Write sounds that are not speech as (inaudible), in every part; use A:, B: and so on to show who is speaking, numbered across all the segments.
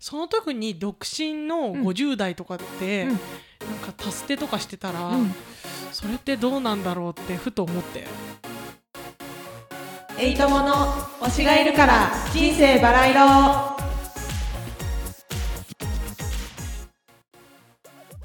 A: その特に独身の
B: うん
A: 50代とかって、
B: うん
A: なんか足す手とかしてたら、
B: うん
A: それってどうなんだろうってふと思って
B: エイトモの推しがいるから人生バラ色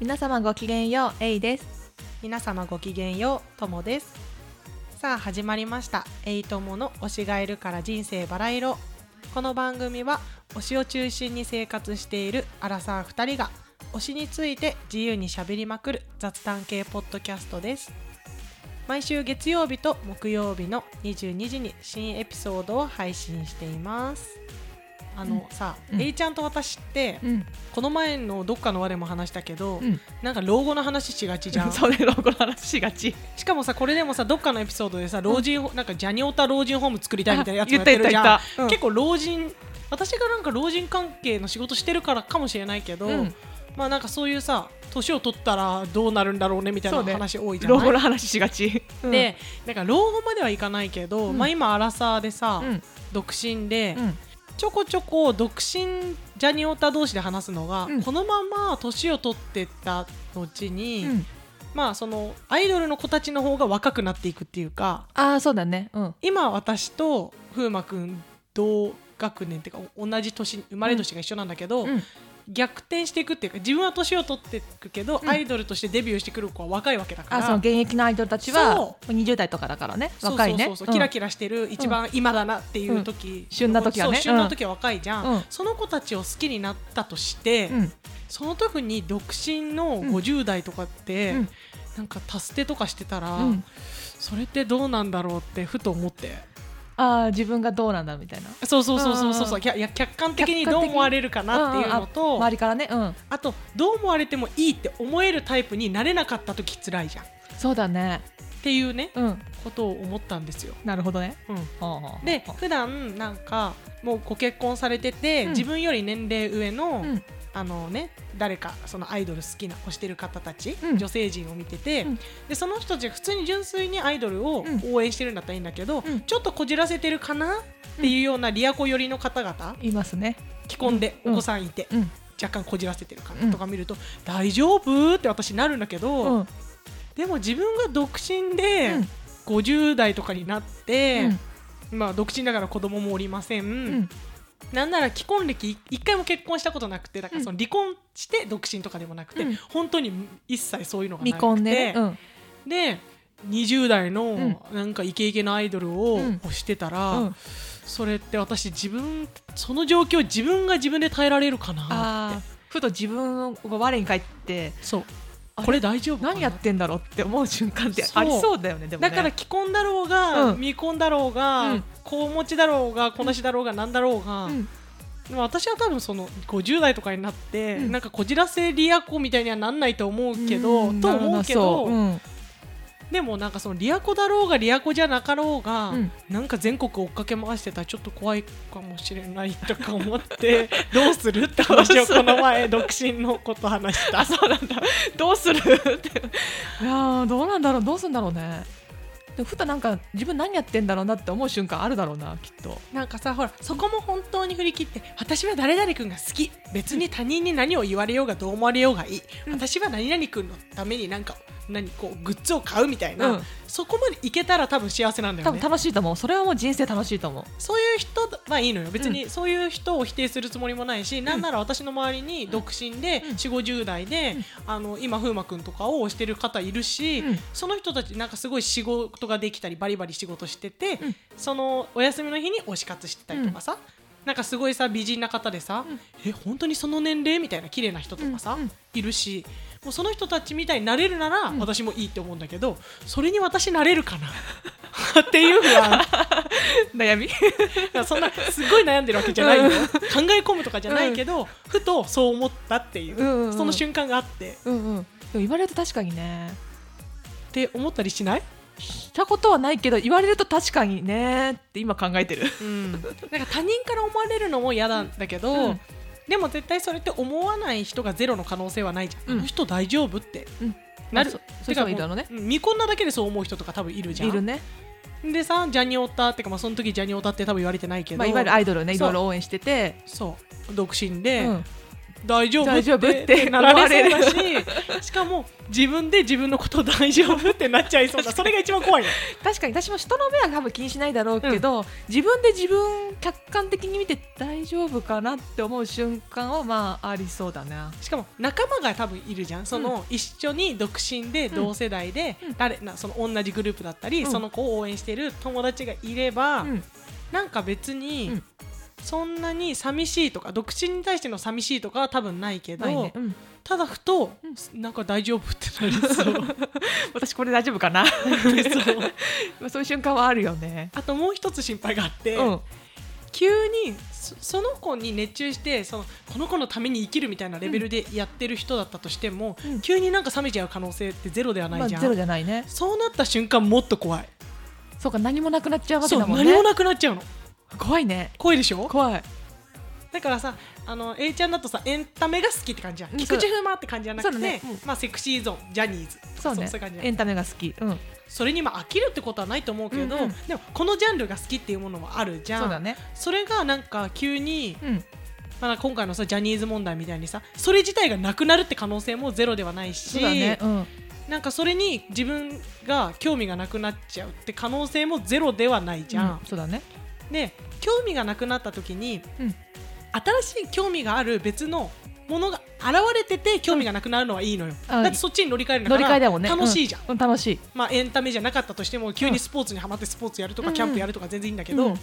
B: 皆様ごきげんようエイです
A: 皆様ごきげんようともですさあ始まりました「エイトモの推しがいるから人生バラ色」この番組は推しを中心に生活しているアラサー2人が推しについて自由にしゃべりまくる雑談系ポッドキャストです毎週月曜日と木曜日の22時に新エピソードを配信していますあの、さ、
B: うん
A: A ちゃんと私って、
B: うん
A: この前のどっかの我でも話したけど、
B: うん
A: なんか老後の話しがちじゃん
B: (laughs) それ老後の話しがち
A: しかもさこれでもさどっかのエピソードでさ老人、なんかジャニオタ老人ホーム作りたいみたいなやつもやってるじゃん
B: あ言った言った言ったうん
A: 結構老人私がなんか老人関係の仕事してるからかもしれないけど、
B: うん
A: まあなんかそういうさ年を取ったらどうなるんだろうねみたいな
B: そうね
A: 話多いじゃな
B: 老
A: い、
B: 後の話しがち
A: でなんか老後まではいかないけど、
B: うん
A: まあ今アラサーでさ、
B: うん
A: 独身で、
B: うん
A: ちょこちょこ独身ジャニオタ同士で話すのが、
B: うん
A: このまま年を取ってった後に、
B: うん
A: まあそのアイドルの子たちの方が若くなっていくっていうか
B: ああそうだねうん
A: 今私と風磨くん同学年っていうかお同じ年生まれ年が一緒なんだけど、
B: うん
A: 逆転していくっていうか自分は年を取っていくけど、
B: うん
A: アイドルとしてデビューしてくる子は若いわけだか
B: あ
A: ら
B: その現役のアイドルたちは
A: そ
B: 20代とかだからね
A: そう
B: 若いね
A: そうそうそうキラ
B: キ
A: キラしてる、一番今だなっていう時、
B: 旬な時はね
A: そう旬な時は若いじゃん、
B: うん
A: その子たちを好きになったとして、
B: うん
A: その特に独身の
B: うん
A: 50代とかって、
B: うん
A: なんか足す手とかしてたら、
B: うん
A: それってどうなんだろうってふと思って
B: ああ自分がどうなんだみたいな
A: そうそうそうそうそう
B: うんうん
A: そうういやいや客観的にどう思われるかなっていうのと、
B: 周りからねうん
A: あとどう思われてもいいって思えるタイプになれなかった時辛いじゃんっ
B: そうだね
A: ていうね
B: うん
A: ことを思ったんですよ。
B: なるほどね
A: うん
B: ほうほうほう
A: で普段なんかもうご結婚されてて、
B: うん
A: 自分より年齢上の、
B: うん
A: あのね誰かそのアイドル好きな推してる方たち、
B: うん
A: 女性陣を見てて、
B: うん
A: でその人たちが普通に純粋にアイドルを
B: うん
A: 応援してるんだったらいいんだけど、
B: うん
A: ちょっとこじらせてるかなっていうようなリアコ寄りの方々
B: いますね
A: 既婚で
B: う
A: お
B: ん
A: 子さんいて、
B: うん
A: 若干こじらせてるか
B: う
A: なんとか見ると、大丈夫って私なるんだけど、
B: うん
A: でも自分が独身で
B: うん
A: 50代とかになって
B: うん、
A: まあ、独身だから子供もおりません、
B: うん
A: なんなら既婚歴い一回も結婚したことなくてだから
B: うん
A: その離婚して独身とかでもなくて、
B: うん
A: 本当に一切そういうのがな
B: 未
A: くて
B: 婚でねうん
A: で20代
B: ん
A: のなんかイケイケのアイドルを
B: うん
A: 推してたら、
B: うん
A: それって私自分その状況自分が自分で耐えられるかな
B: あ
A: って
B: ーふと自分を我に返って
A: そう
B: あれ
A: これ大丈夫かな
B: 何やってんだろうって思う瞬間って
A: そう
B: ありそうだよねでもね
A: だから既婚だろうが、
B: うん
A: 未婚だろう
B: う
A: が
B: ん
A: 子、持ちだろうが子なしだろうが何だろうが、
B: うん
A: でも私は多分その50代とかになって、
B: うん
A: なんかこじらせリアコみたいにはなんないと思うけど、
B: ん
A: と思うけど、
B: なるなそ
A: でもなんかそのリアコだろうがリアコじゃなかろうが、
B: うん
A: なんか全国追っかけ回してたらちょっと怖いかもしれないとか思って
B: (laughs)
A: どうするって話
B: ど
A: を
B: うする
A: この前独身のこと話したそうなんだ
B: うんどうするっていやーどうなんだろうどうするんだろうねでもふとなんか自分何やってんだろうなって思う瞬間あるだろうなきっと
A: なんかさほらそこも本当に振り切って私は誰々君が好き別に他人に何を言われようがどう思われようがいい、
B: うん
A: 私は何々君のためになんか何こうグッズを買うみたいな、
B: うん
A: そこまでいけたら多分幸せなんだよ
B: 多
A: ね
B: 分楽しいと思うそれはもう人生楽しいと思う
A: そういう人はいいのよ別にそういう人を否定するつもりもないし、なんなら私の周りに独身で
B: うん
A: 4 5 0代で、あの今風磨君とかを推してる方いるし、
B: うん
A: その人たちなんかすごい仕事ができたりバリバリ仕事してて、
B: うん
A: そのお休みの日に推し活してたりとかさ、なんかすごいさ美人な方でさ、
B: うん
A: え本当にその年齢みたいな綺麗な人とかさ、
B: うんうん
A: いるしもうその人たちみたいになれるなら
B: うん
A: 私もいいって思うんだけど、それに私なれるかなっていう不
B: (laughs)
A: 安。
B: 悩み
A: いやそんなすごい悩んでるわけじゃないよ、考え込むとかじゃないけど、ふとそう思ったっていう、
B: うんうんうん
A: その瞬間があってっ
B: うんうんでも言われると確かにね
A: て思ったりしない、
B: したことはないけど言われると確かにねって今考えてる
A: なんか他人から思われるのも嫌なんだけど、
B: うん
A: でも絶対それって思わない人がゼロの可能性はないじゃん、
B: うん
A: あの人大丈夫って
B: うん
A: なる、
B: まあそそういう人もいるだろうね
A: てかもううん未婚なだけでそう思う人とか多分いるじゃん
B: いるね
A: でさジャニオタってか、まあ、その時ジャニオタって多分言われてないけど、
B: まあ、いわゆるアイドルをねい
A: そう
B: ろいろ応援してて、
A: そう独身で、
B: うん
A: 大丈夫
B: 大丈夫って
A: なられそうだ
B: な
A: ししかも自分で自分のこと大丈夫ってなっちゃい
B: (laughs)
A: そうだそれが一番怖いの
B: 確かに私も人の目は多分気にしないだろうけど、自分で自分客観的に見て大丈夫かなって思う瞬間はまあありそうだな
A: しかも仲間が多分いるじゃんその、一緒に独身で同世代で、
B: うん
A: 誰なその同じグループだったり、
B: うん
A: その子を応援してる友達がいれば、
B: うん
A: なんか別に、
B: うん
A: そんなに寂しいとか独身に対しての寂しいとかは多分ないけど、
B: ないね、うん、
A: ただふと、
B: う
A: なんか大丈夫ってなりそう
B: 私これ大丈夫か (laughs) な (laughs)
A: そう
B: まあそういう瞬間はあるよね
A: あともう一つ心配があって、
B: うん
A: 急にそその子に熱中してそのこの子のために生きるみたいなレベルでやってる人だったとしても、
B: うん
A: 急になんか冷めちゃう可能性ってゼロではな
B: まあ
A: いじゃん、
B: ゼロじゃないね
A: そうなった瞬間もっと怖い
B: そうか何もなくなっちゃうわけ
A: そう
B: だもん
A: 何
B: ね
A: もなくなっちゃうの
B: 怖いね
A: 怖いでしょ
B: 怖い
A: だからさあの A ちゃんだとさエンタメが好きって感じじゃん
B: うん
A: 菊池風磨って感じじゃなくて、
B: そうだねうん
A: まあ、セクシーゾーンジャニーズ
B: そうね
A: そういう感じだね
B: エンタメが好きうん
A: それにまあ飽きるってことはないと思うけど、
B: うんうん
A: でもこのジャンルが好きっていうものもあるじゃん
B: そうだね
A: それがなんか急に、
B: うん
A: まあ、今回のさジャニーズ問題みたいにさそれ自体がなくなるって可能性もゼロではないし
B: そうだねうん
A: なんかそれに自分が興味がなくなっちゃうって可能性もゼロではないじゃん
B: う、そうだね
A: で興味がなくなった時に、
B: うん
A: 新しい興味がある別のものが現れてて興味がなくなるのはいいのよ、
B: うん
A: だってそっちに乗り換えるんだ
B: 乗
A: か
B: り
A: ら
B: 換えだもんね
A: 楽しいじゃん、
B: うん、うん楽しい
A: まあ、エンタメじゃなかったとしても急にスポーツにはまってスポーツやるとか、
B: うん
A: キャンプやるとか全然いいんだけど、
B: うん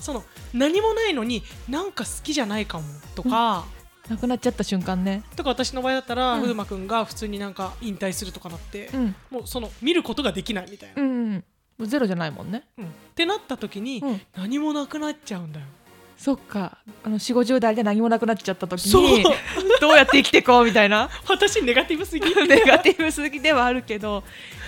A: その何もないのになんか好きじゃないかもとか、
B: なくなっちゃった瞬間ね
A: とか私の場合だったら
B: うん
A: 風磨、くん、君が普通になんか引退するとかなって、
B: うん
A: もうその見ることができないみたいな、
B: うんうんもうゼロじゃないもんね
A: うんってなった時に、
B: うん
A: 何もなくなっちゃうんだよ。
B: そっかあの4 5 0代で何もなくなっちゃった時
A: そう
B: にどうやって生きていこうみた
A: (laughs)
B: いな
A: 私ネガティブすぎ
B: ネガティブすぎではあるけど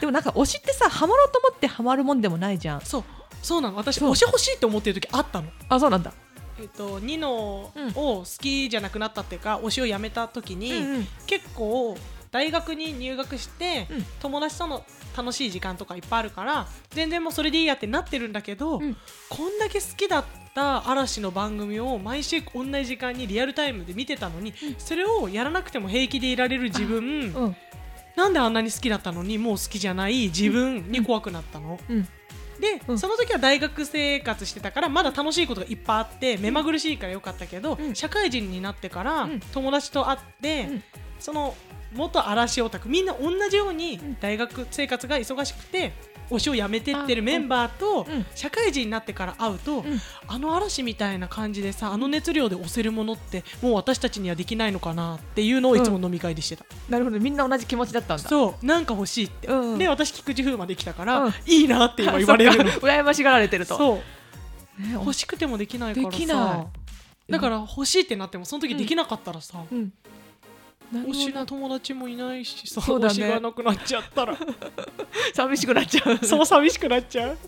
B: でもなんか推しってさハマろうと思ってハマるもんでもないじゃん
A: そうそうなの私
B: そう
A: 推し欲しいって思ってる時あったの。
B: あそうなんだ、
A: えっとニノを好きじゃなくなったっていうか推しをやめた時に、
B: うん
A: 結構大学に入学して、
B: うん
A: 友達との楽しい時間とかいっぱいあるから全然もうそれでいいやってなってるんだけど、
B: うん
A: こんだけ好きだった嵐の番組を毎週同じ時間にリアルタイムで見てたのに、それをやらなくても平気でいられる自分、
B: うんうん
A: なんであんなに好きだったのにもう好きじゃない自分に怖くなったの。
B: うん
A: で、
B: うん
A: その時は大学生活してたからまだ楽しいことがいっぱいあって目まぐるしいからよかったけど、
B: うん
A: 社会人になってから、
B: うん
A: 友達と会って、
B: うん
A: その元嵐オタクみんな同じように
B: ん
A: 大学生活が忙しくて推しを辞めてってるメンバーと、
B: うん
A: 社会人になってから会うと、
B: ん
A: あの嵐みたいな感じでさあの熱量で推せるものってもう私たちにはできないのかなっていうのをいつも飲み会でしてた、
B: なるほどみんな同じ気持ちだったんだ
A: そうなんか欲しいって、
B: うん
A: で私菊池風磨できたから、
B: うん
A: いいなって今言われる
B: (laughs)
A: の
B: そっか羨ましがられてると
A: そう
B: ね
A: 欲しくてもできないからさ
B: できな
A: だから欲しいってなってもその時できなかったらさ、
B: うん何
A: 推
B: も
A: しの
B: な
A: 友達もいないしさ、
B: そう
A: 推
B: だね
A: しがなくなっちゃった
B: (laughs)
A: ら
B: 寂しくなっちゃう
A: そう寂しくなっちゃう、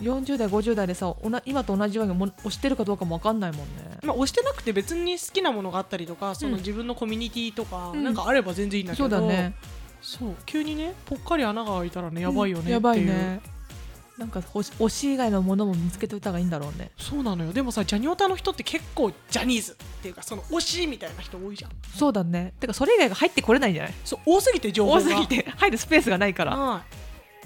B: 40代50代でさおな今と同じようにも押してるかどうかも分かんないもんね
A: まあ、推してなくて別に好きなものがあったりとかその
B: うん
A: 自分のコミュニティとか、
B: うん
A: なんかあれば全然いいんだけ
B: そ
A: ど
B: うだね
A: そう急にねぽっかり穴が開いたらねやばいよねっていう、
B: やばいねなんか推し推し以外のものも見つけておいた方がいいんだろうね
A: そうなのよでもさジャニオタの人って結構ジャニーズっていうかその推しみたいな人多いじゃん
B: そうだねてかそれ以外が入ってこれないんじゃない
A: そう多すぎて情報が
B: 多すぎて入るスペースがないから
A: はい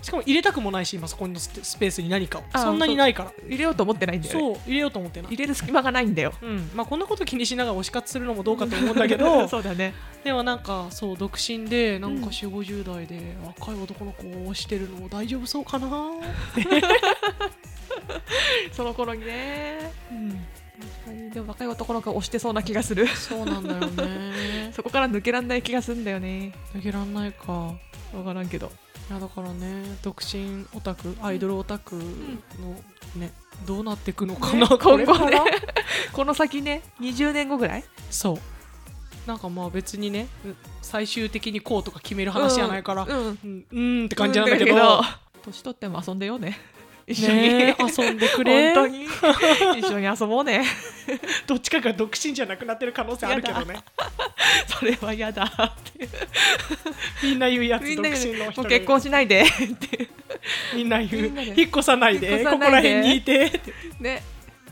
A: しかも入れたくもないし今そこのススペースに何かを
B: あ
A: そんなにないから
B: 入れようと思ってないんだよね
A: そう入れようと思ってない
B: 入れる隙間がないんだよ
A: うんまあ、こんなこと気にしながら推し活するのもどうかと思うんだけ (laughs) ど
B: (laughs) そうだね
A: でもなんかそう独身でなんか4 5 0代で若い男の子を推してるの大丈夫そうかな、
B: その頃にね
A: うん、
B: でも若い男の子が押してそうな気がす
A: (laughs)
B: る
A: そうなんだよね
B: (laughs) そこから抜けられない気がするんだよね
A: 抜けらんないか
B: 分からんけど
A: いやだからね独身オタクアイドルオタクのねどうなっていくのかな、
B: ね
A: これから
B: 今後この先ね20年後ぐらい
A: そうなんかまあ別にねう最終的にこうとか決める話じゃないから、
B: うんうん
A: うん、うんって感じなんだけど,、
B: う年取っても遊んでようね一緒に、
A: ねえ遊んでくれ
B: 本当に (laughs) 一緒に遊ぼうね
A: どっちかが独身じゃなくなってる可能性あるけどね
B: それは嫌だって
A: みんな言うやつ
B: (laughs) みん
A: 独
B: な
A: 身の人
B: も
A: が
B: う結婚しないでって
A: みんな言う
B: みんなで
A: 引っ越さないで
B: 引っ越
A: こ
B: さ
A: こ
B: な
A: ら
B: いで
A: 辺にいてって (laughs)
B: ね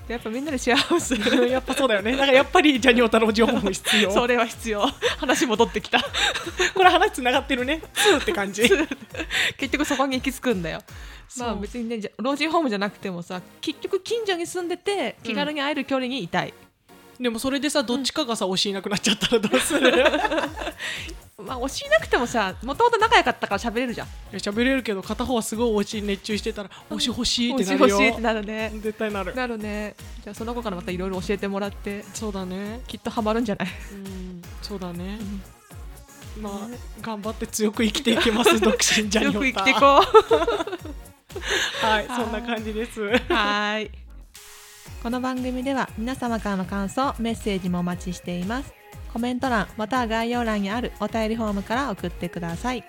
B: やっぱみんなでシェアハウ (laughs) ス
A: やっぱそうだよねだからやっぱりジャニオタの情報も必要
B: それは必要話戻ってきた
A: これ話つながってるねツーって感じ
B: (laughs) 結局そこに行き着くんだよま
A: そ
B: あ
A: う
B: 別にねじゃ老人ホームじゃなくてもさ結局近所に住んでて気軽に会える距離にいたい、
A: でもそれでさどっちかがさ推しいなくなっちゃったらどうするい
B: まあ教えなくてもさもともと仲良かったから喋れるじゃん
A: や喋れるけど片方はすごい推しに熱中してたら推し欲しいってな
B: 欲しい
A: るよ
B: 欲しいってなるね
A: 絶対なる
B: なるねじゃあその子からまたいろいろ教えてもらって
A: そうだね
B: きっとハマるんじゃない
A: うんそうだね
B: ん
A: まあ頑張って強く生きていきます独身ジャニオ
B: よ
A: タ
B: く生きていこう
A: はいそんな感じです
B: はい。この番組では皆様からの感想、メッセージもお待ちしています。コメント欄または概要欄にあるお便りフォームから送ってください。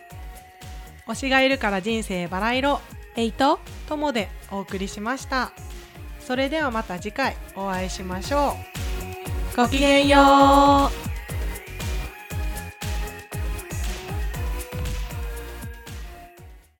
A: 推しがいるから人生バラ色
B: えいと、
A: ともでお送りしましたそれではまた次回お会いしましょう
B: ごきげんよう。